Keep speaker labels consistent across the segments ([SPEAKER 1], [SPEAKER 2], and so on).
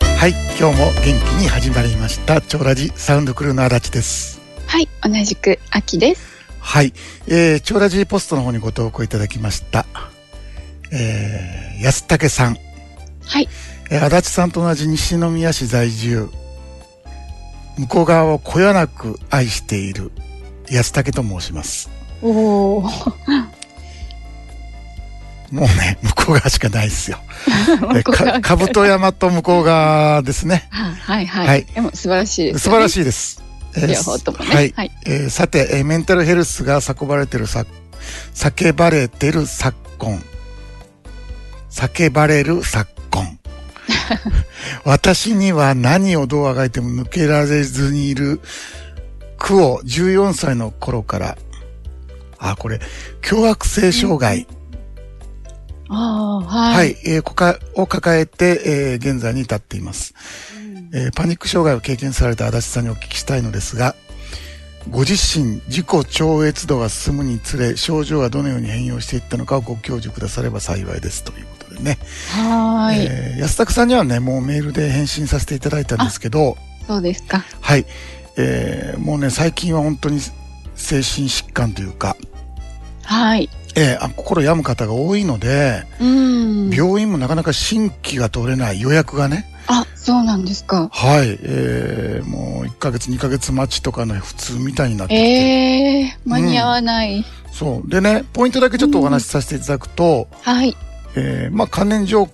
[SPEAKER 1] 今日も元気に始まりました超ラジサウンドクルーの足立です
[SPEAKER 2] はい、同じく秋です。
[SPEAKER 1] はい、えー、超ラジポストの方にご投稿いただきました、えー、安武さん、
[SPEAKER 2] はい、
[SPEAKER 1] えー、足立さんと同じ西宮市在住向こう側をこよなく愛している安武と申します
[SPEAKER 2] おお、向
[SPEAKER 1] もうね 向こう側しかないですよ
[SPEAKER 2] こ
[SPEAKER 1] えー
[SPEAKER 2] う
[SPEAKER 1] か
[SPEAKER 2] 側
[SPEAKER 1] かぶと山と向こう側ですね
[SPEAKER 2] あはいはい、
[SPEAKER 1] はい
[SPEAKER 2] でも素晴らしいです
[SPEAKER 1] 素
[SPEAKER 2] よ
[SPEAKER 1] 晴
[SPEAKER 2] ね、
[SPEAKER 1] らしいです、え
[SPEAKER 2] 両方ともね。
[SPEAKER 1] はい
[SPEAKER 2] はい、
[SPEAKER 1] えーさて、えーメンタルヘルスが叫ばれてるさ、叫ばれてる昨今。叫ばれる昨 今。私には何をどうあがいても抜けられずにいる苦を14歳の頃から、あ、これ、凶悪性障害、
[SPEAKER 2] ああは、
[SPEAKER 1] はいい、えーこかを抱えて、えー現在に至っています。えーパニック障害を経験された足立さんにお聞きしたいのですが、ご自身、自己超越度が進むにつれ、症状がどのように変容していったのかをご教授くだされば幸いですということでね。
[SPEAKER 2] はーい、
[SPEAKER 1] えー安田さんにはね、もうメールで返信させていただいたんですけど、
[SPEAKER 2] そうですか。
[SPEAKER 1] はい、えーもうね、最近は本当に精神疾患というか、
[SPEAKER 2] はい、
[SPEAKER 1] えーあ心病む方が多いので、
[SPEAKER 2] うん、
[SPEAKER 1] 病院もなかなか新規が取れない予約がね、
[SPEAKER 2] あ、そうなんですか。
[SPEAKER 1] はい、えー、もう1ヶ月2ヶ月待ちとかの普通みたいになってきて、
[SPEAKER 2] ええー、間に合わない。
[SPEAKER 1] そうでねポイントだけちょっとお話しさせていただくと、
[SPEAKER 2] はい、
[SPEAKER 1] えーまあ関連浄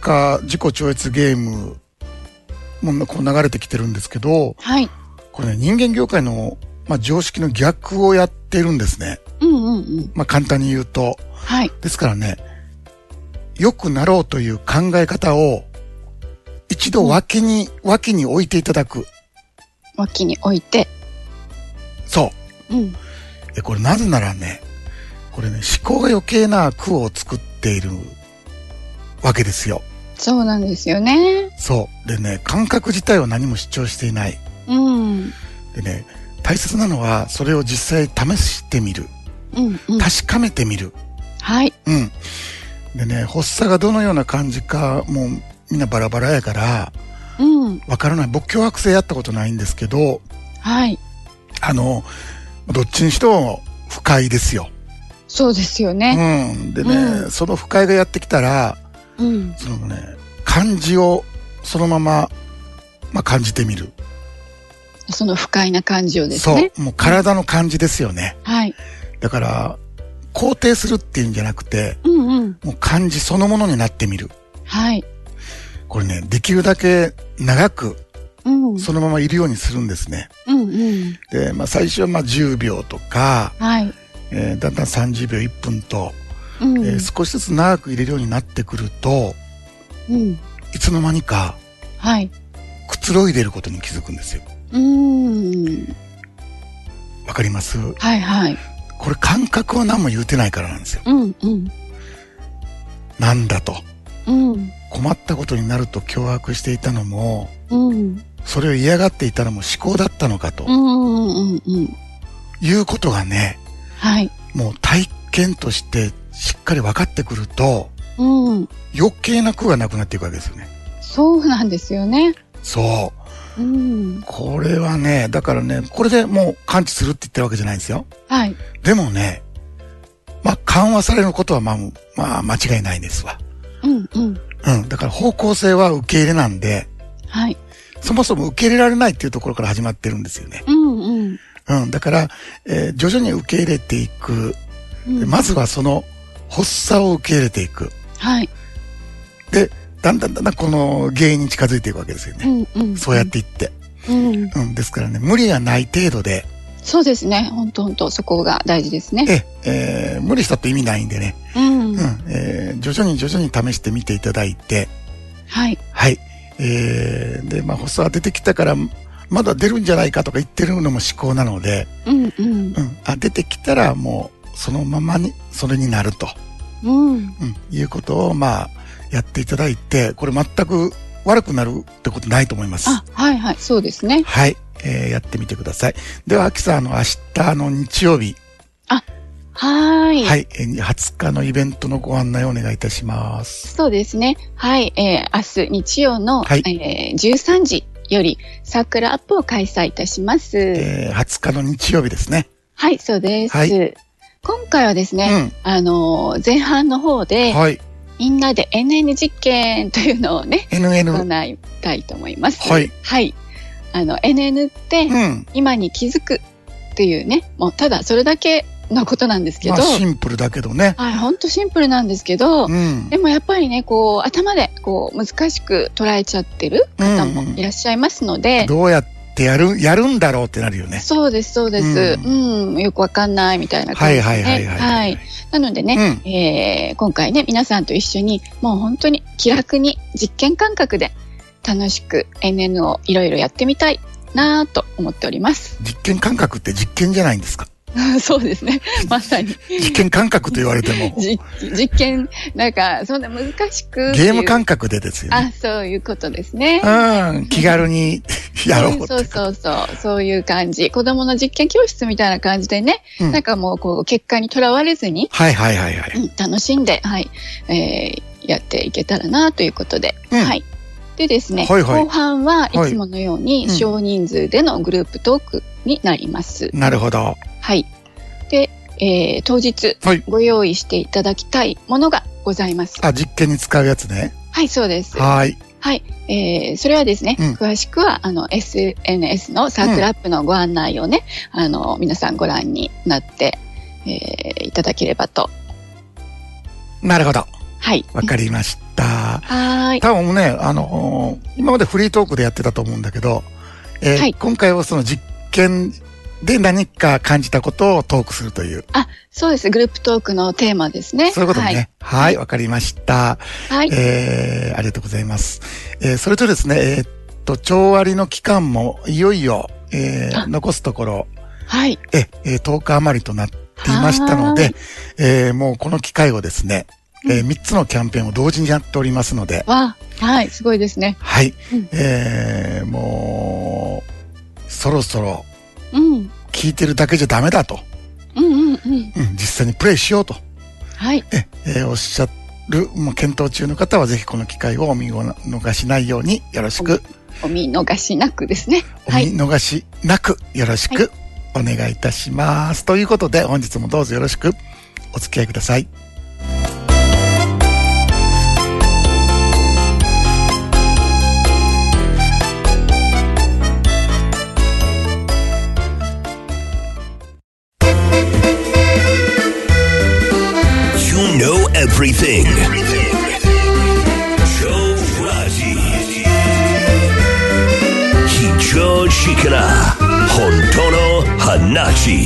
[SPEAKER 1] 化自己超越ゲームもこう流れてきてるんですけど
[SPEAKER 2] はい、
[SPEAKER 1] これね人間業界の、まあ、常識の逆をやってるんですね、
[SPEAKER 2] うんうんうん、
[SPEAKER 1] まあ、簡単に言うと
[SPEAKER 2] はい、
[SPEAKER 1] ですからね良くなろうという考え方を一度脇に、脇に置いていただく
[SPEAKER 2] 脇に置いて、
[SPEAKER 1] そう
[SPEAKER 2] うん、
[SPEAKER 1] えこれなぜならねこれね思考が余計な苦を作っているわけですよ
[SPEAKER 2] そうなんですよね。
[SPEAKER 1] そうでね感覚自体は何も主張していない
[SPEAKER 2] うん、うん
[SPEAKER 1] でね大切なのはそれを実際試してみる
[SPEAKER 2] うん、
[SPEAKER 1] 確かめてみる
[SPEAKER 2] はい、
[SPEAKER 1] うんでね発作がどのような感じかもうみんなバラバラやから
[SPEAKER 2] うん、
[SPEAKER 1] わからない僕強迫性やったことないんですけど
[SPEAKER 2] はい、
[SPEAKER 1] あのどっちにしても不快ですよ。
[SPEAKER 2] そうですよね。
[SPEAKER 1] うん。でね、
[SPEAKER 2] うん
[SPEAKER 1] その不快がやってきたら、
[SPEAKER 2] うん、
[SPEAKER 1] そのね、漢字をそのまま、まあ、感じてみる。
[SPEAKER 2] その不快な感情です
[SPEAKER 1] そ
[SPEAKER 2] ね。
[SPEAKER 1] う。もう体の感じですよね。
[SPEAKER 2] はい。
[SPEAKER 1] だから、肯定するっていうんじゃなくて、
[SPEAKER 2] うんうん。
[SPEAKER 1] もう漢字そのものになってみる。
[SPEAKER 2] はい。
[SPEAKER 1] これね、できるだけ長く
[SPEAKER 2] うん。うん
[SPEAKER 1] そのままいるようにするんですね。
[SPEAKER 2] うん。
[SPEAKER 1] で、まあ最初はまあ10秒とか、
[SPEAKER 2] はい。
[SPEAKER 1] えーだんだん30秒1分と、
[SPEAKER 2] うん。
[SPEAKER 1] えー少しずつ長く入れるようになってくると、
[SPEAKER 2] うん。
[SPEAKER 1] いつの間にか
[SPEAKER 2] はい。
[SPEAKER 1] くつろいでることに気づくんですよ。
[SPEAKER 2] うん。
[SPEAKER 1] わかります
[SPEAKER 2] はいはい。
[SPEAKER 1] これ感覚は何も言うてないからなんですよ。
[SPEAKER 2] うんうん。
[SPEAKER 1] なんだと。
[SPEAKER 2] うん。
[SPEAKER 1] 困ったことになると脅迫していたのも、
[SPEAKER 2] うん。
[SPEAKER 1] それを嫌がっていたのも思考だったのかと
[SPEAKER 2] うんうんうん。
[SPEAKER 1] いうことがね、
[SPEAKER 2] はい。
[SPEAKER 1] もう体験としてしっかり分かってくると、
[SPEAKER 2] うん。
[SPEAKER 1] 余計な苦がなくなっていくわけですよね。
[SPEAKER 2] そうなんですよね。
[SPEAKER 1] そ
[SPEAKER 2] う
[SPEAKER 1] う。
[SPEAKER 2] ん。
[SPEAKER 1] これはね、だからね、これでもう完治するって言ってるわけじゃないんですよ。
[SPEAKER 2] はい。
[SPEAKER 1] でもね、まあ緩和されることはまあ、まあ間違いないですわ。
[SPEAKER 2] うんうん。
[SPEAKER 1] うん。だから方向性は受け入れなんで、
[SPEAKER 2] はい。
[SPEAKER 1] そもそも受け入れられないっていうところから始まってるんですよね。
[SPEAKER 2] うんうん。
[SPEAKER 1] うん。だから、えー徐々に受け入れていく。でまずはその発作を受け入れていく。
[SPEAKER 2] はい。
[SPEAKER 1] だんだんだんだんこの原因に近づいていくわけですよ
[SPEAKER 2] う
[SPEAKER 1] ね。
[SPEAKER 2] んうん。
[SPEAKER 1] そうやっ。ていって。
[SPEAKER 2] うん。
[SPEAKER 1] うん。ですからね、無理がない程度で、
[SPEAKER 2] そうですね。本当本当そこが大事ですね。
[SPEAKER 1] え、えー無理したって意味ないんでね。
[SPEAKER 2] うん
[SPEAKER 1] うん。。えー徐々に徐々に試してみていただいて、
[SPEAKER 2] はい。
[SPEAKER 1] はい。えーで、まあ、発作が出てきたから、まだ出るんじゃないかとか言ってるのも思考なので、
[SPEAKER 2] うんうん。
[SPEAKER 1] うん、あ出てきたらもうそのままにそれになると、
[SPEAKER 2] うん。
[SPEAKER 1] うん、いうことをまあやっていただいてこれ全く悪くなるってことないと思います
[SPEAKER 2] あ、はいはい。そうですね。
[SPEAKER 1] はい、えーやってみてくださいでは秋さんあの明日の日曜日
[SPEAKER 2] はーい。
[SPEAKER 1] はい、えー20日のイベントのご案内をお願いいたします。
[SPEAKER 2] そうですね。はい。えー明日日曜の、
[SPEAKER 1] はい
[SPEAKER 2] えー13時よりサークルアップを開催いたします。
[SPEAKER 1] えー20日の日曜日ですね。
[SPEAKER 2] はい、そうです。
[SPEAKER 1] はい
[SPEAKER 2] 今回はですね、あのー、前半の方
[SPEAKER 1] う
[SPEAKER 2] で
[SPEAKER 1] ん。、はい。
[SPEAKER 2] みんなで NN 実験というのをね、行
[SPEAKER 1] NN。
[SPEAKER 2] いたいと思います。
[SPEAKER 1] はい。
[SPEAKER 2] はい。あの、NN って、
[SPEAKER 1] うん。
[SPEAKER 2] 今に気づくっていうね、もうただそれだけのことなんですけど、
[SPEAKER 1] まあ、シンプルだけどね。
[SPEAKER 2] はい、ほんとシンプルなんですけど、
[SPEAKER 1] うん。
[SPEAKER 2] でもやっぱりね、こう、頭で、こう、難しく捉えちゃってる方も
[SPEAKER 1] うんうん
[SPEAKER 2] いらっしゃいますので、
[SPEAKER 1] どうやってやる、やるんだろうってなるよね。
[SPEAKER 2] そうです、そうです。
[SPEAKER 1] う
[SPEAKER 2] うん、よくわかんないみたいな感
[SPEAKER 1] は
[SPEAKER 2] じ
[SPEAKER 1] い
[SPEAKER 2] で。
[SPEAKER 1] はいはいはい。
[SPEAKER 2] はい。なのでね、
[SPEAKER 1] うん。
[SPEAKER 2] えー今回ね、皆さんと一緒に、もう本当に気楽に実験感覚で楽しく NN をいろいろやってみたいなぁと思っております。
[SPEAKER 1] 実験感覚って実験じゃないんですか。
[SPEAKER 2] そうです ね。まさに。、
[SPEAKER 1] 実験感覚と言われても
[SPEAKER 2] じ 実験、なんか、そんな難しく。
[SPEAKER 1] ゲーム感覚でですよね。
[SPEAKER 2] あ、そういうことですね。
[SPEAKER 1] うん。気軽にやろうって。
[SPEAKER 2] そうそうそう、そういう感じ。子供の実験教室みたいな感じでね、
[SPEAKER 1] うん
[SPEAKER 2] なんかもうこう、結果にとらわれずに、
[SPEAKER 1] はいはいはいは
[SPEAKER 2] う
[SPEAKER 1] い。
[SPEAKER 2] ん楽しんで、はい、えーやっていけたらなということで、
[SPEAKER 1] うん
[SPEAKER 2] はい。でですね、
[SPEAKER 1] はいはい
[SPEAKER 2] 後半は
[SPEAKER 1] はい
[SPEAKER 2] いつものよう
[SPEAKER 1] う
[SPEAKER 2] に
[SPEAKER 1] ん
[SPEAKER 2] 少人数でのグループトークになります。
[SPEAKER 1] なるほど。
[SPEAKER 2] はい。で、えー当日
[SPEAKER 1] はい
[SPEAKER 2] ご用意していただきたいものがございます。
[SPEAKER 1] あ、実験に使うやつね。
[SPEAKER 2] はい、そうです。
[SPEAKER 1] はーい。
[SPEAKER 2] はい、えーそれはですね、
[SPEAKER 1] うん
[SPEAKER 2] 詳しくは、あの、SNS のサークルアップのご案内をね、あの、皆さんご覧になって、えーいただければと。
[SPEAKER 1] なるほど。
[SPEAKER 2] はい。
[SPEAKER 1] わかりました。
[SPEAKER 2] はーい。
[SPEAKER 1] 多分ね、あのー今までフリートークでやってたと思うんだけど、えー
[SPEAKER 2] はい
[SPEAKER 1] 今回はその実験で何か感じたことをトークするという、
[SPEAKER 2] そうです。グループトークのテーマですね。
[SPEAKER 1] そういうことね。はい、わ、かりました。
[SPEAKER 2] はい。はい。
[SPEAKER 1] えー、ありがとうございます。えー、それとですね、えーっと、調割の期間もいよいよ、えー
[SPEAKER 2] あ
[SPEAKER 1] 残すところ、
[SPEAKER 2] はい。
[SPEAKER 1] えー、えー10日余りとなっていましたの
[SPEAKER 2] は
[SPEAKER 1] で
[SPEAKER 2] ーい。、
[SPEAKER 1] えー、もうこの機会をですね、えー、3つのキャンペーンを同時にやっておりますので、
[SPEAKER 2] わあはい。すごいですね。
[SPEAKER 1] はい。
[SPEAKER 2] うん
[SPEAKER 1] えー、もう、そろそろ
[SPEAKER 2] うん。
[SPEAKER 1] 聞いてるだけじゃダメだと。
[SPEAKER 2] うんうんうん。
[SPEAKER 1] うん、実際にプレイしようと、
[SPEAKER 2] はい。
[SPEAKER 1] ええーおっしゃる、もう検討中の方はぜひこの機会をお見逃しないようによろしく、
[SPEAKER 2] お見逃しなくですね。
[SPEAKER 1] お
[SPEAKER 2] はい
[SPEAKER 1] 見逃しなくよろしくお願いいたします。ということで本日もどうぞよろしくお付き合いください。
[SPEAKER 3] You know everything. Joe Razi. Hicho Shikara. Hontono Hanachi.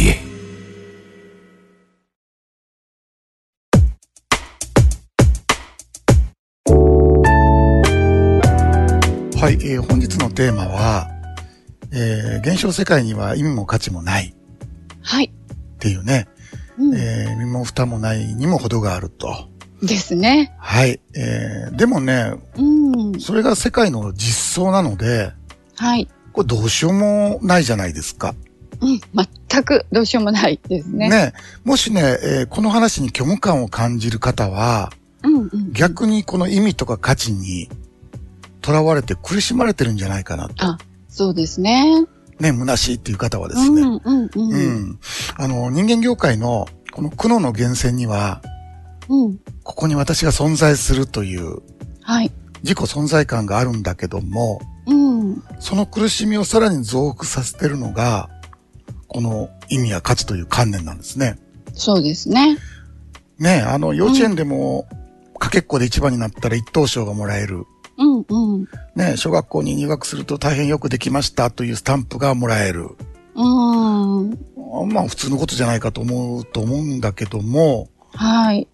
[SPEAKER 1] はい、えー本日のテーマは、えー現象世界には意味も価値もない
[SPEAKER 2] はい。
[SPEAKER 1] っていうね、
[SPEAKER 2] うん
[SPEAKER 1] えー身も蓋もないにも程があると。
[SPEAKER 2] ですね。
[SPEAKER 1] はい。えー、でもね、
[SPEAKER 2] うん。
[SPEAKER 1] それが世界の実相なので、
[SPEAKER 2] はい。
[SPEAKER 1] これどうしようもないじゃないですか。
[SPEAKER 2] うん。全くどうしようもないですね。
[SPEAKER 1] もしね、えーこの話に虚無感を感じる方は、
[SPEAKER 2] うんうん。
[SPEAKER 1] 逆にこの意味とか価値に囚われて苦しまれてるんじゃないかなと。
[SPEAKER 2] あそうですね。
[SPEAKER 1] ね、虚しいっていう方はですね。
[SPEAKER 2] うんうん
[SPEAKER 1] う
[SPEAKER 2] うん。
[SPEAKER 1] ん。あの、人間業界のこの苦悩の源泉には、
[SPEAKER 2] うん。
[SPEAKER 1] ここに私が存在するという
[SPEAKER 2] はい。
[SPEAKER 1] 自己存在感があるんだけども、
[SPEAKER 2] うん。
[SPEAKER 1] その苦しみをさらに増幅させてるのが、この意味や価値という観念なんですね。
[SPEAKER 2] そうですね。
[SPEAKER 1] ねえあの、幼稚園でも、かけっこで一番になったら一等賞がもらえる。
[SPEAKER 2] うんうん。
[SPEAKER 1] ねえ小学校に入学すると大変よくできましたというスタンプがもらえる。
[SPEAKER 2] うん。
[SPEAKER 1] あまあ、普通のことじゃないかと思うと思うんだけども、
[SPEAKER 2] はい。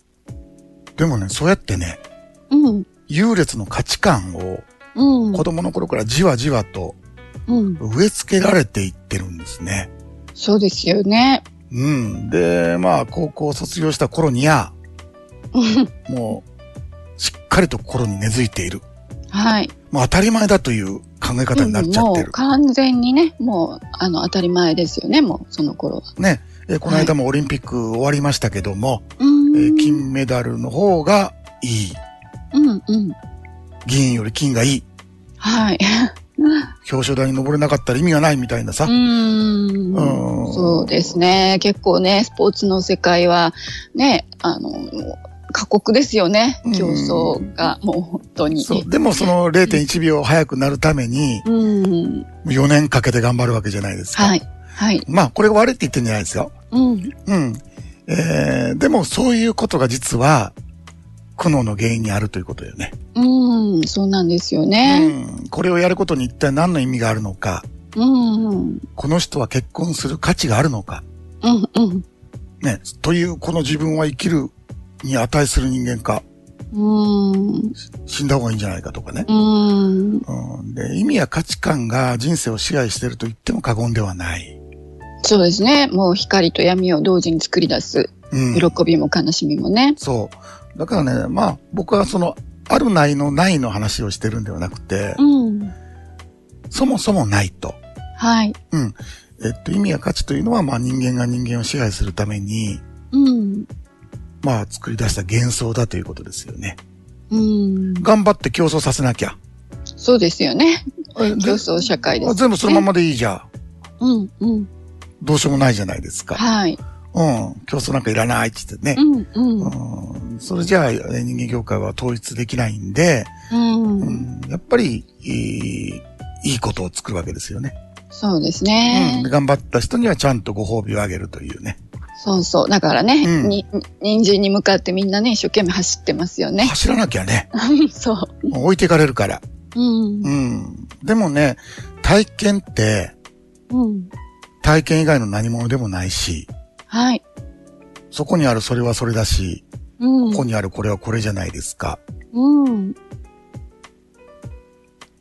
[SPEAKER 1] でもね、そうやってね、
[SPEAKER 2] うん。
[SPEAKER 1] 優劣の価値観を
[SPEAKER 2] うん。
[SPEAKER 1] 子供の頃からじわじわと
[SPEAKER 2] うん。
[SPEAKER 1] 植え付けられていってるんですね。
[SPEAKER 2] そうですよね。
[SPEAKER 1] うん。で、まあ、高校を卒業した頃には、
[SPEAKER 2] うん
[SPEAKER 1] もう、しっかりと心に根付いている。
[SPEAKER 2] はい。
[SPEAKER 1] もう当たり前だという考え方になっちゃっ
[SPEAKER 2] も
[SPEAKER 1] て
[SPEAKER 2] う
[SPEAKER 1] る。
[SPEAKER 2] 完全にね、もう、あの、当たり前ですよね、もう、その頃は。
[SPEAKER 1] ね。えーこの間もオリンピック終わりましたけども、
[SPEAKER 2] うーん
[SPEAKER 1] えー金メダルの方がいい。
[SPEAKER 2] うんうん。
[SPEAKER 1] 銀より金がいい。
[SPEAKER 2] はい。
[SPEAKER 1] 表彰台に登れなかったら意味がないみたいなさ。
[SPEAKER 2] うー
[SPEAKER 1] うん
[SPEAKER 2] んそうですね。結構ね、スポーツの世界は、ね、あの、過酷ですよね
[SPEAKER 1] うん。
[SPEAKER 2] 競争が、もう本当に。
[SPEAKER 1] そう。でもその0.1秒早くなるために、
[SPEAKER 2] うん。
[SPEAKER 1] 4年かけて頑張るわけじゃないですか。
[SPEAKER 2] はい。はい。
[SPEAKER 1] まあ、これが悪いって言ってんじゃないですよ。
[SPEAKER 2] うん。
[SPEAKER 1] うん。えー、でもそういうことが実は、苦悩の原因にあるということよね。
[SPEAKER 2] うん。そうなんですよ
[SPEAKER 1] う
[SPEAKER 2] ね。
[SPEAKER 1] ん。これをやることに一体何の意味があるのか、
[SPEAKER 2] うん。うん。
[SPEAKER 1] この人は結婚する価値があるのか、
[SPEAKER 2] うん。うん
[SPEAKER 1] ね、というこの自分は生きるに値する人間か、
[SPEAKER 2] うん。
[SPEAKER 1] 死んだ方がいいんじゃないかとかね。
[SPEAKER 2] うん。
[SPEAKER 1] うん、で意味や価値観が人生を支配していると言っても過言ではない。
[SPEAKER 2] そうですね。もう光と闇を同時に作り出す。
[SPEAKER 1] うん。
[SPEAKER 2] 喜びも悲しみもね。
[SPEAKER 1] そう。だからね、まあ僕はその、あるないのないの話をしてるんではなくて、
[SPEAKER 2] うん。
[SPEAKER 1] そもそもないと。
[SPEAKER 2] はい。
[SPEAKER 1] えっと、意味や価値というのは、まあ人間が人間を支配するために、
[SPEAKER 2] うん。
[SPEAKER 1] まあ作り出した幻想だということですよね。
[SPEAKER 2] うん。
[SPEAKER 1] 頑張って競争させなきゃ。
[SPEAKER 2] そうですよね。
[SPEAKER 1] えで
[SPEAKER 2] 競争社会です、
[SPEAKER 1] あ
[SPEAKER 2] ね。
[SPEAKER 1] 全部そのままでいいじゃん。
[SPEAKER 2] うんうん。
[SPEAKER 1] どうしようもないじゃないですか。
[SPEAKER 2] はい。
[SPEAKER 1] うん。競争なんかいらないって言ってね
[SPEAKER 2] う。んうん。
[SPEAKER 1] うん。それじゃあ、えー人間業界は統一できないんで、
[SPEAKER 2] うん。
[SPEAKER 1] うん、やっぱり、いいいいことを作るわけですよね。
[SPEAKER 2] そうです
[SPEAKER 1] うん
[SPEAKER 2] ね、
[SPEAKER 1] で頑張った人にはちゃんとご褒美をあげるというね。
[SPEAKER 2] そうそう。だからね、
[SPEAKER 1] うん
[SPEAKER 2] に、人参に向かってみんなね、一生懸命走ってますよね。
[SPEAKER 1] 走らなきゃね。
[SPEAKER 2] そ
[SPEAKER 1] もう置いていかれるから。
[SPEAKER 2] う。うん
[SPEAKER 1] う。ん。でもね、体験って、
[SPEAKER 2] うん。
[SPEAKER 1] 体験以外の何物でもないし、
[SPEAKER 2] はい。
[SPEAKER 1] そこにあるそれはそれだし、
[SPEAKER 2] うん
[SPEAKER 1] ここ。にあるこれはこれじゃないですか。
[SPEAKER 2] うん。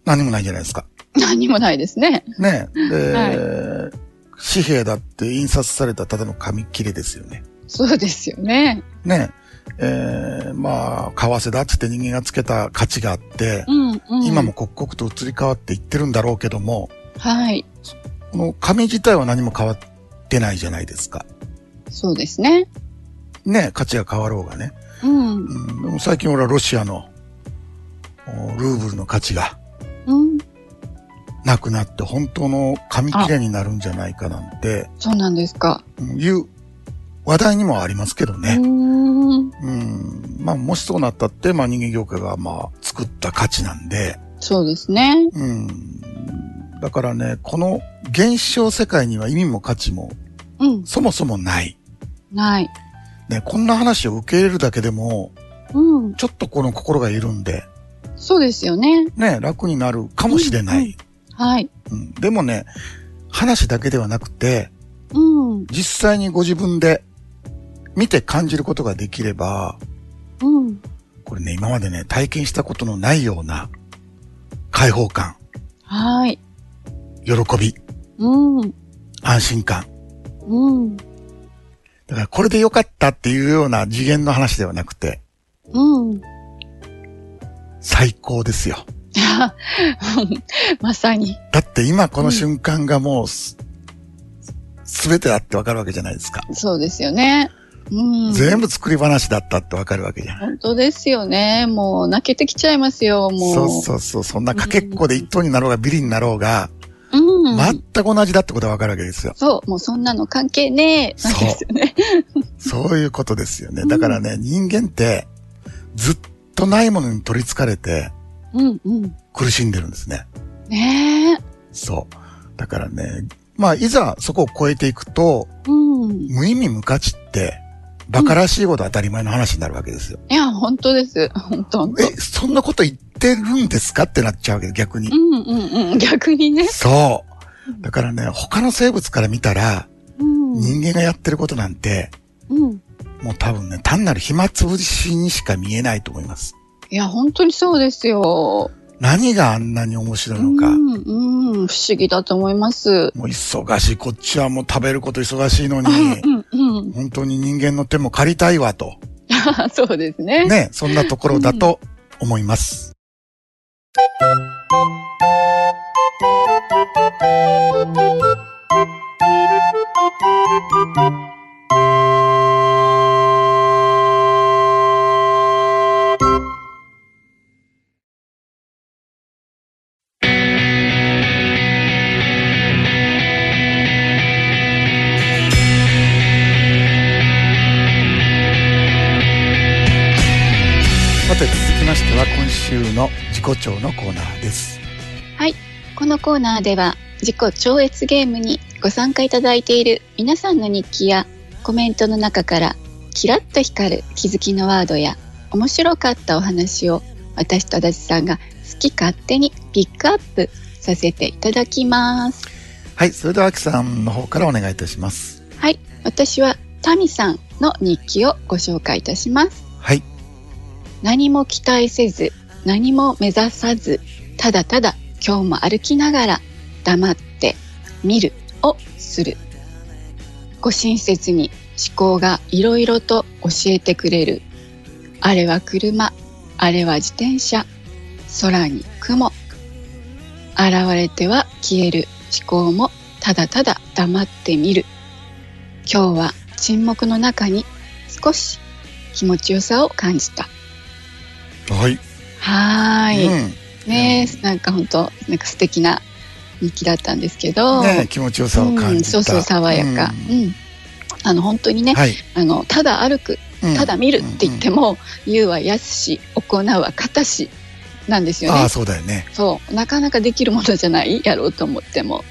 [SPEAKER 1] 何もないじゃないですか。
[SPEAKER 2] 何もないですね。
[SPEAKER 1] ね。で、
[SPEAKER 2] はい
[SPEAKER 1] 紙幣だって印刷されたただの紙切れですよね。
[SPEAKER 2] そうですよね。
[SPEAKER 1] ね。えー、まあ、為替だっつって人間がつけた価値があって、
[SPEAKER 2] うんうん。
[SPEAKER 1] 今も。刻々と移り変わっていってるんだろうけども、
[SPEAKER 2] はい。
[SPEAKER 1] この紙自体は何も変わってないじゃないですか。
[SPEAKER 2] そうですね。
[SPEAKER 1] ね、価値が変わろうがね。
[SPEAKER 2] うん。
[SPEAKER 1] うん、でも最近俺はロシアのおルーブルの価値が
[SPEAKER 2] うん。
[SPEAKER 1] なくなって本当の紙切れになるんじゃないかなんて
[SPEAKER 2] そうなんですか。
[SPEAKER 1] うんいう話題にもありますけど
[SPEAKER 2] う
[SPEAKER 1] ね。
[SPEAKER 2] ーん。
[SPEAKER 1] うん、まあもしそうなったって、まあ人間業界がまあ作った価値なんで、
[SPEAKER 2] そうですね。
[SPEAKER 1] うん、だからね、この現象世界には意味も価値も
[SPEAKER 2] うん。
[SPEAKER 1] そもそもない。
[SPEAKER 2] ない。
[SPEAKER 1] ね、こんな話を受け入れるだけでも、
[SPEAKER 2] うん。
[SPEAKER 1] ちょっとこの心が緩んで、
[SPEAKER 2] そうですよね。
[SPEAKER 1] ね、楽になるかもしれない。
[SPEAKER 2] はい。
[SPEAKER 1] うんでもね、話だけではなくて、
[SPEAKER 2] うん。
[SPEAKER 1] 実際にご自分で見て感じることができれば、
[SPEAKER 2] うん。
[SPEAKER 1] これね、今までね、体験したことのないような解放感、
[SPEAKER 2] はい。
[SPEAKER 1] 喜び、
[SPEAKER 2] うん。
[SPEAKER 1] 安心感。
[SPEAKER 2] うん。
[SPEAKER 1] だからこれで良かったっていうような次元の話ではなくて、
[SPEAKER 2] うん。
[SPEAKER 1] 最高ですよ。
[SPEAKER 2] まさに。
[SPEAKER 1] だって今この瞬間がもうす、すべてだってわかるわけじゃないですか。
[SPEAKER 2] そうですよね。うん。
[SPEAKER 1] 全部作り話だったってわかるわけじゃない。
[SPEAKER 2] 本当ですよね。もう泣けてきちゃいますよ、もう。
[SPEAKER 1] そうそうそう。そんなかけっこで一等になろうがビリになろうが、
[SPEAKER 2] うん。
[SPEAKER 1] 全く同じだってことはわかるわけですよ。
[SPEAKER 2] そう、もうそんなの関係ねえ。
[SPEAKER 1] そう
[SPEAKER 2] なんですよね。
[SPEAKER 1] そういうことですよね。
[SPEAKER 2] うん
[SPEAKER 1] だからね、人間ってずっとないものに取り憑かれて
[SPEAKER 2] うんうん。
[SPEAKER 1] 苦しんでるんですね。
[SPEAKER 2] ね
[SPEAKER 1] そう。だからね、まあいざそこを超えていくと、
[SPEAKER 2] え。うん。い
[SPEAKER 1] 無意味無価値って、馬鹿らしいこと当たり前の話になるわけですよ。
[SPEAKER 2] や、本当です。本当。本当
[SPEAKER 1] え、そんなこと言ってるんですかってなっちゃうわけ、逆に
[SPEAKER 2] う。んうんうん。逆にね。
[SPEAKER 1] そう。だからね、他の生物から見たら、
[SPEAKER 2] うん。
[SPEAKER 1] 人間がやってることなんて、
[SPEAKER 2] うん。
[SPEAKER 1] もう多分ね、単なる暇つぶしにしか見えないと思います。
[SPEAKER 2] いや、本当にそうですよ。
[SPEAKER 1] 何があんなに面白いうのか。
[SPEAKER 2] んうん。不思議だと思います。
[SPEAKER 1] もう忙しい。こっちはもう食べること忙しいのに、
[SPEAKER 2] うんうん。
[SPEAKER 1] 本当に人間の手も借りたいわと。
[SPEAKER 2] そうですね。
[SPEAKER 1] ね、そんなところだと思います。きましては今週の自己調のコーナーです
[SPEAKER 2] このコーナーでは自己超越ゲームにご参加いただいている皆さんの日記やコメントの中からキラッと光る気づきのワードや面白かったお話を私と足立さんが好き勝手にピックアップさせていただきます。
[SPEAKER 1] はいそれでは秋さんの方からお願いいたします
[SPEAKER 2] はい、私はタミさんの日記をご紹介いたします。
[SPEAKER 1] はい
[SPEAKER 2] 何も期待せず何も目指さずただただ今日も歩きながら黙って見るをするご親切に思考がいろいろと教えてくれるあれは車あれは自転車空に雲現れては消える思考もただただ黙って見る今日は沈黙の中に少し気持ちよさを感じた
[SPEAKER 1] はい、
[SPEAKER 2] はーい、
[SPEAKER 1] うん
[SPEAKER 2] ねえなんか本当なんか素敵な日記だったんですけど、
[SPEAKER 1] ねえ気持ちよさを
[SPEAKER 2] う
[SPEAKER 1] 感
[SPEAKER 2] ん、
[SPEAKER 1] じた、
[SPEAKER 2] そうそう爽やか、う
[SPEAKER 1] うん
[SPEAKER 2] んあの本当にね、
[SPEAKER 1] はい、
[SPEAKER 2] あのただ歩く
[SPEAKER 1] うん
[SPEAKER 2] ただ見るって言って
[SPEAKER 1] も、
[SPEAKER 2] も、言うは安し行うは形しなんです
[SPEAKER 1] うん
[SPEAKER 2] よ
[SPEAKER 1] ああ
[SPEAKER 2] ね
[SPEAKER 1] そうだよね、
[SPEAKER 2] そうなかなかできるものじゃないやろうと思っても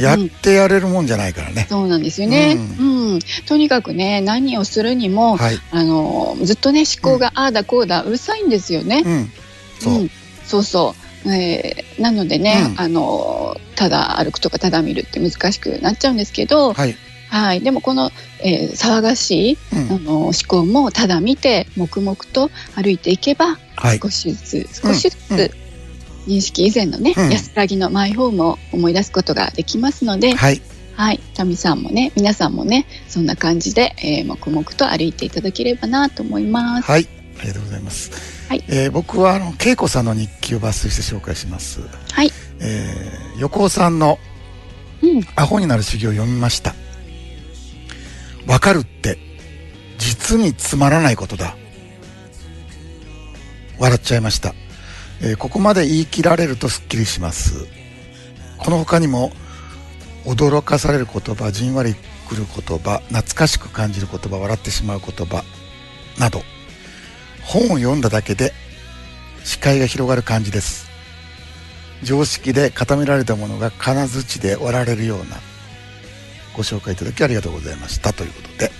[SPEAKER 1] やってやれるもんじゃないからね、
[SPEAKER 2] そうなんですよね、
[SPEAKER 1] う
[SPEAKER 2] うんとにかくね何をするにも、
[SPEAKER 1] はい
[SPEAKER 2] あのずっとね思考がああだこうだうるさいんですよね、
[SPEAKER 1] うんそう、
[SPEAKER 2] ん、そうそう、えーなのでね、
[SPEAKER 1] うん
[SPEAKER 2] あのただ歩くとかただ見るって難しくなっちゃうんですけど、はい
[SPEAKER 1] はい、
[SPEAKER 2] でもこの、えー騒がしい、
[SPEAKER 1] うん
[SPEAKER 2] あの思考もただ見て黙々と歩いていけば
[SPEAKER 1] はい
[SPEAKER 2] 少しずつ少しずつ、
[SPEAKER 1] うんうん
[SPEAKER 2] 認識以前のね、
[SPEAKER 1] うん
[SPEAKER 2] 安らぎのマイホームを思い出すことができますので、
[SPEAKER 1] はい
[SPEAKER 2] はい、タミさんもね、皆さんもね、そんな感じで、えー黙々と歩いていただければなと思います。
[SPEAKER 1] はいありがとうございます、
[SPEAKER 2] はい
[SPEAKER 1] えー僕はあの恵子さんの日記を抜粋して紹介します、
[SPEAKER 2] はい、
[SPEAKER 1] えー横尾さんの
[SPEAKER 2] うん、
[SPEAKER 1] アホになる修行を読みました。わかるって、実につまらないことだ。笑っちゃいました。えーここまで言い切られるとすっきりします。この他にも、驚かされる言葉、じんわりくる言葉、懐かしく感じる言葉、笑ってしまう言葉、など、本を読んだだけで、視界が広がる感じです。常識で固められたものが金槌で割られるようなご紹介いただきありがとうございましたということで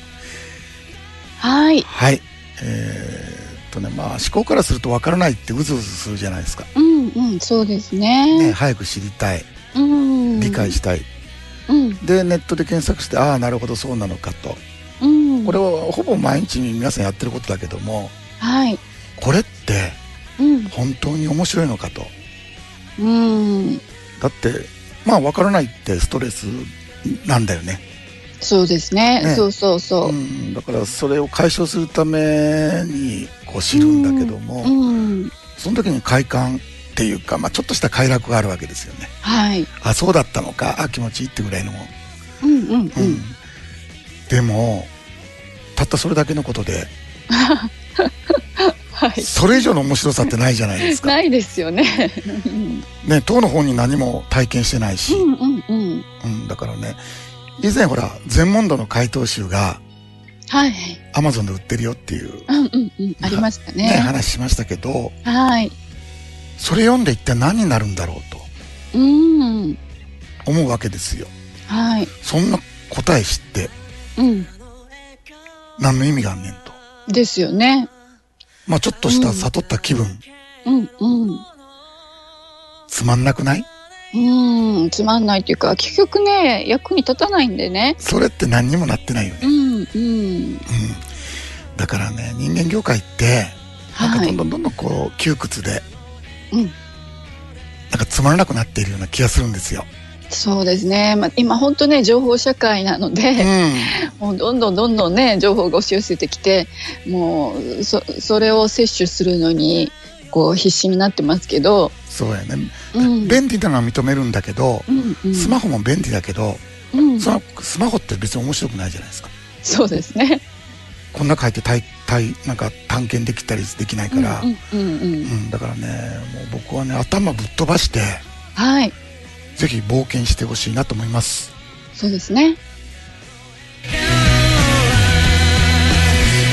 [SPEAKER 2] はい、
[SPEAKER 1] はいえーっとねまあ思考からすると分からないってうずうずするじゃないですか、
[SPEAKER 2] うん、うん、そうです
[SPEAKER 1] ね、
[SPEAKER 2] ね。
[SPEAKER 1] 早く知りたい
[SPEAKER 2] うん、
[SPEAKER 1] 理解したい、
[SPEAKER 2] うん、
[SPEAKER 1] でネットで検索してああなるほどそうなのかと
[SPEAKER 2] うん、
[SPEAKER 1] これはほぼ毎日皆さんやってることだけども
[SPEAKER 2] はい、
[SPEAKER 1] これって
[SPEAKER 2] うん、
[SPEAKER 1] 本当に面白いのかと
[SPEAKER 2] うん、
[SPEAKER 1] だってまあ分からないってストレスなんだよね
[SPEAKER 2] そうですね。
[SPEAKER 1] ね
[SPEAKER 2] そうそうそうう。
[SPEAKER 1] ん、だからそれを解消するためにこう知るんだけども、
[SPEAKER 2] うん、
[SPEAKER 1] その時に快感っていうか、まあ、ちょっとした快楽があるわけですよね
[SPEAKER 2] はい、
[SPEAKER 1] あそうだったのかあ気持ちいいってぐらいのも、
[SPEAKER 2] うん、うん、うん、
[SPEAKER 1] うんでもたったそれだけのことで
[SPEAKER 2] はい。
[SPEAKER 1] それ以上の面白さってないじゃないですか
[SPEAKER 2] ないですよね。うん
[SPEAKER 1] ね当の方に何も体験してないし、
[SPEAKER 2] うん、うん、うん、
[SPEAKER 1] うん、だからね以前ほら全問答の回答集が
[SPEAKER 2] はい、
[SPEAKER 1] アマゾンで売ってるよっていう、
[SPEAKER 2] うん、うん、うん、ありました
[SPEAKER 1] ね、
[SPEAKER 2] ね。
[SPEAKER 1] 話しましたけど
[SPEAKER 2] はい、
[SPEAKER 1] それ読んで一体何になるんだろうと
[SPEAKER 2] うん、
[SPEAKER 1] 思うわけですよ
[SPEAKER 2] はい、
[SPEAKER 1] そんな答え知って
[SPEAKER 2] うん、
[SPEAKER 1] 何の意味があんねんと
[SPEAKER 2] ですよね。
[SPEAKER 1] まあちょっとした
[SPEAKER 2] うん
[SPEAKER 1] 悟った気分、
[SPEAKER 2] うん、うん。
[SPEAKER 1] つまんなくない
[SPEAKER 2] うん、つまんないというか、結局ね、役に立たないんでね。
[SPEAKER 1] それって何にもなってないよね、
[SPEAKER 2] うん、うん、
[SPEAKER 1] うん、だからね人間業界ってな
[SPEAKER 2] は
[SPEAKER 1] んか
[SPEAKER 2] い
[SPEAKER 1] どん。どんどんどんこう窮屈で、
[SPEAKER 2] うん
[SPEAKER 1] なんかつまらなくなっているような気がするんですよ、
[SPEAKER 2] そうですね、まあ、今本当ね情報社会なの
[SPEAKER 1] う
[SPEAKER 2] で、
[SPEAKER 1] ん、
[SPEAKER 2] もうどんどんどんどんね情報が押し寄せてきてもうそそれを摂取するのにこう必死になってますけど、
[SPEAKER 1] そうやね
[SPEAKER 2] うん
[SPEAKER 1] 便利なのは認めるんだけど、
[SPEAKER 2] うんうん
[SPEAKER 1] スマホも便利だけど、
[SPEAKER 2] うん
[SPEAKER 1] そのスマホって別に面白くないじゃないですか
[SPEAKER 2] そうですね。
[SPEAKER 1] こんな書いて体体なんか探検できたりできないから、
[SPEAKER 2] うんうんうんうん
[SPEAKER 1] うん、だからねもう僕はね頭ぶっ飛ばして
[SPEAKER 2] はい
[SPEAKER 1] ぜひ冒険してほしいなと思います
[SPEAKER 2] そうですね。
[SPEAKER 4] 「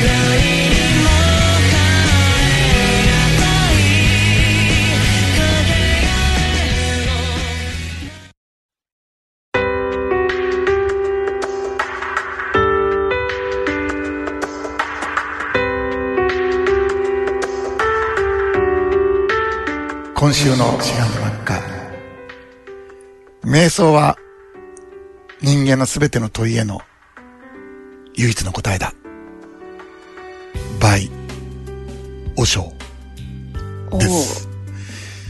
[SPEAKER 4] 誰にも変えられない
[SPEAKER 1] 今週のシガンドラッカ瞑想は人間のすべての問いへの唯一の答えだ。by 和尚
[SPEAKER 2] おお
[SPEAKER 1] です。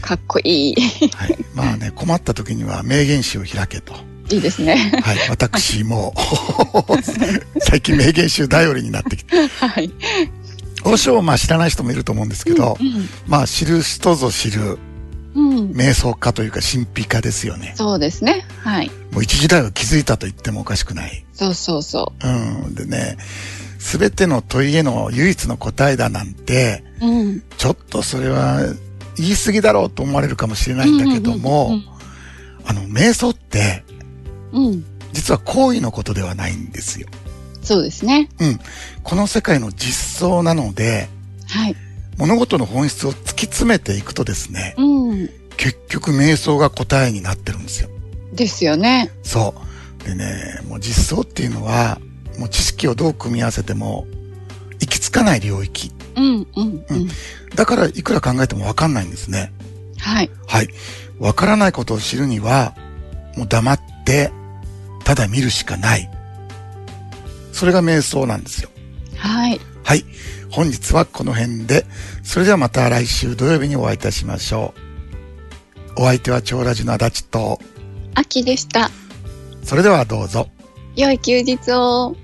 [SPEAKER 2] かっこい い。
[SPEAKER 1] はい。まあね、困った時には名言集を開けと。
[SPEAKER 2] いいですね。
[SPEAKER 1] はい。私もう、最近名言集頼りになってきて。
[SPEAKER 2] はい。
[SPEAKER 1] 和尚、まあ知らない人もいると思うんですけど、まあ知る人ぞ知る
[SPEAKER 2] うん。
[SPEAKER 1] 瞑想家というか神秘家ですよね。
[SPEAKER 2] そうですね。はい。
[SPEAKER 1] もう一時代は気づいたと言ってもおかしくない。
[SPEAKER 2] そうそうそ
[SPEAKER 1] うん。でね、すべての問いへの唯一の答えだなんて、
[SPEAKER 2] う。うん。
[SPEAKER 1] ちょっとそれは言い過ぎだろうと思われるかもしれないんだけども、あの、瞑想って、
[SPEAKER 2] うん。うん。
[SPEAKER 1] 実は行為のことではないんですよ。
[SPEAKER 2] そうですね。
[SPEAKER 1] この世界の実相なので、
[SPEAKER 2] はい。
[SPEAKER 1] 物事の本質を突き詰めていくとですね、
[SPEAKER 2] うん。
[SPEAKER 1] 結局瞑想が答えになってるんですよ。
[SPEAKER 2] ですよね。
[SPEAKER 1] そう。でね、もう実相っていうのは、もう知識をどう組み合わせても、行き着かない領域。
[SPEAKER 2] うんうんう
[SPEAKER 1] うん
[SPEAKER 2] ん。
[SPEAKER 1] だからいくら考えてもわかんないんですね。
[SPEAKER 2] はい。
[SPEAKER 1] はい。わからないことを知るには、もう黙って、ただ見るしかない。それが瞑想なんですよ。
[SPEAKER 2] はい。
[SPEAKER 1] はい。本日はこの辺で、それではまた来週土曜日にお会いいたしましょう。お相手は長ラジの足立と、
[SPEAKER 2] 秋でした。
[SPEAKER 1] それではどうぞ。
[SPEAKER 2] 良い休日を。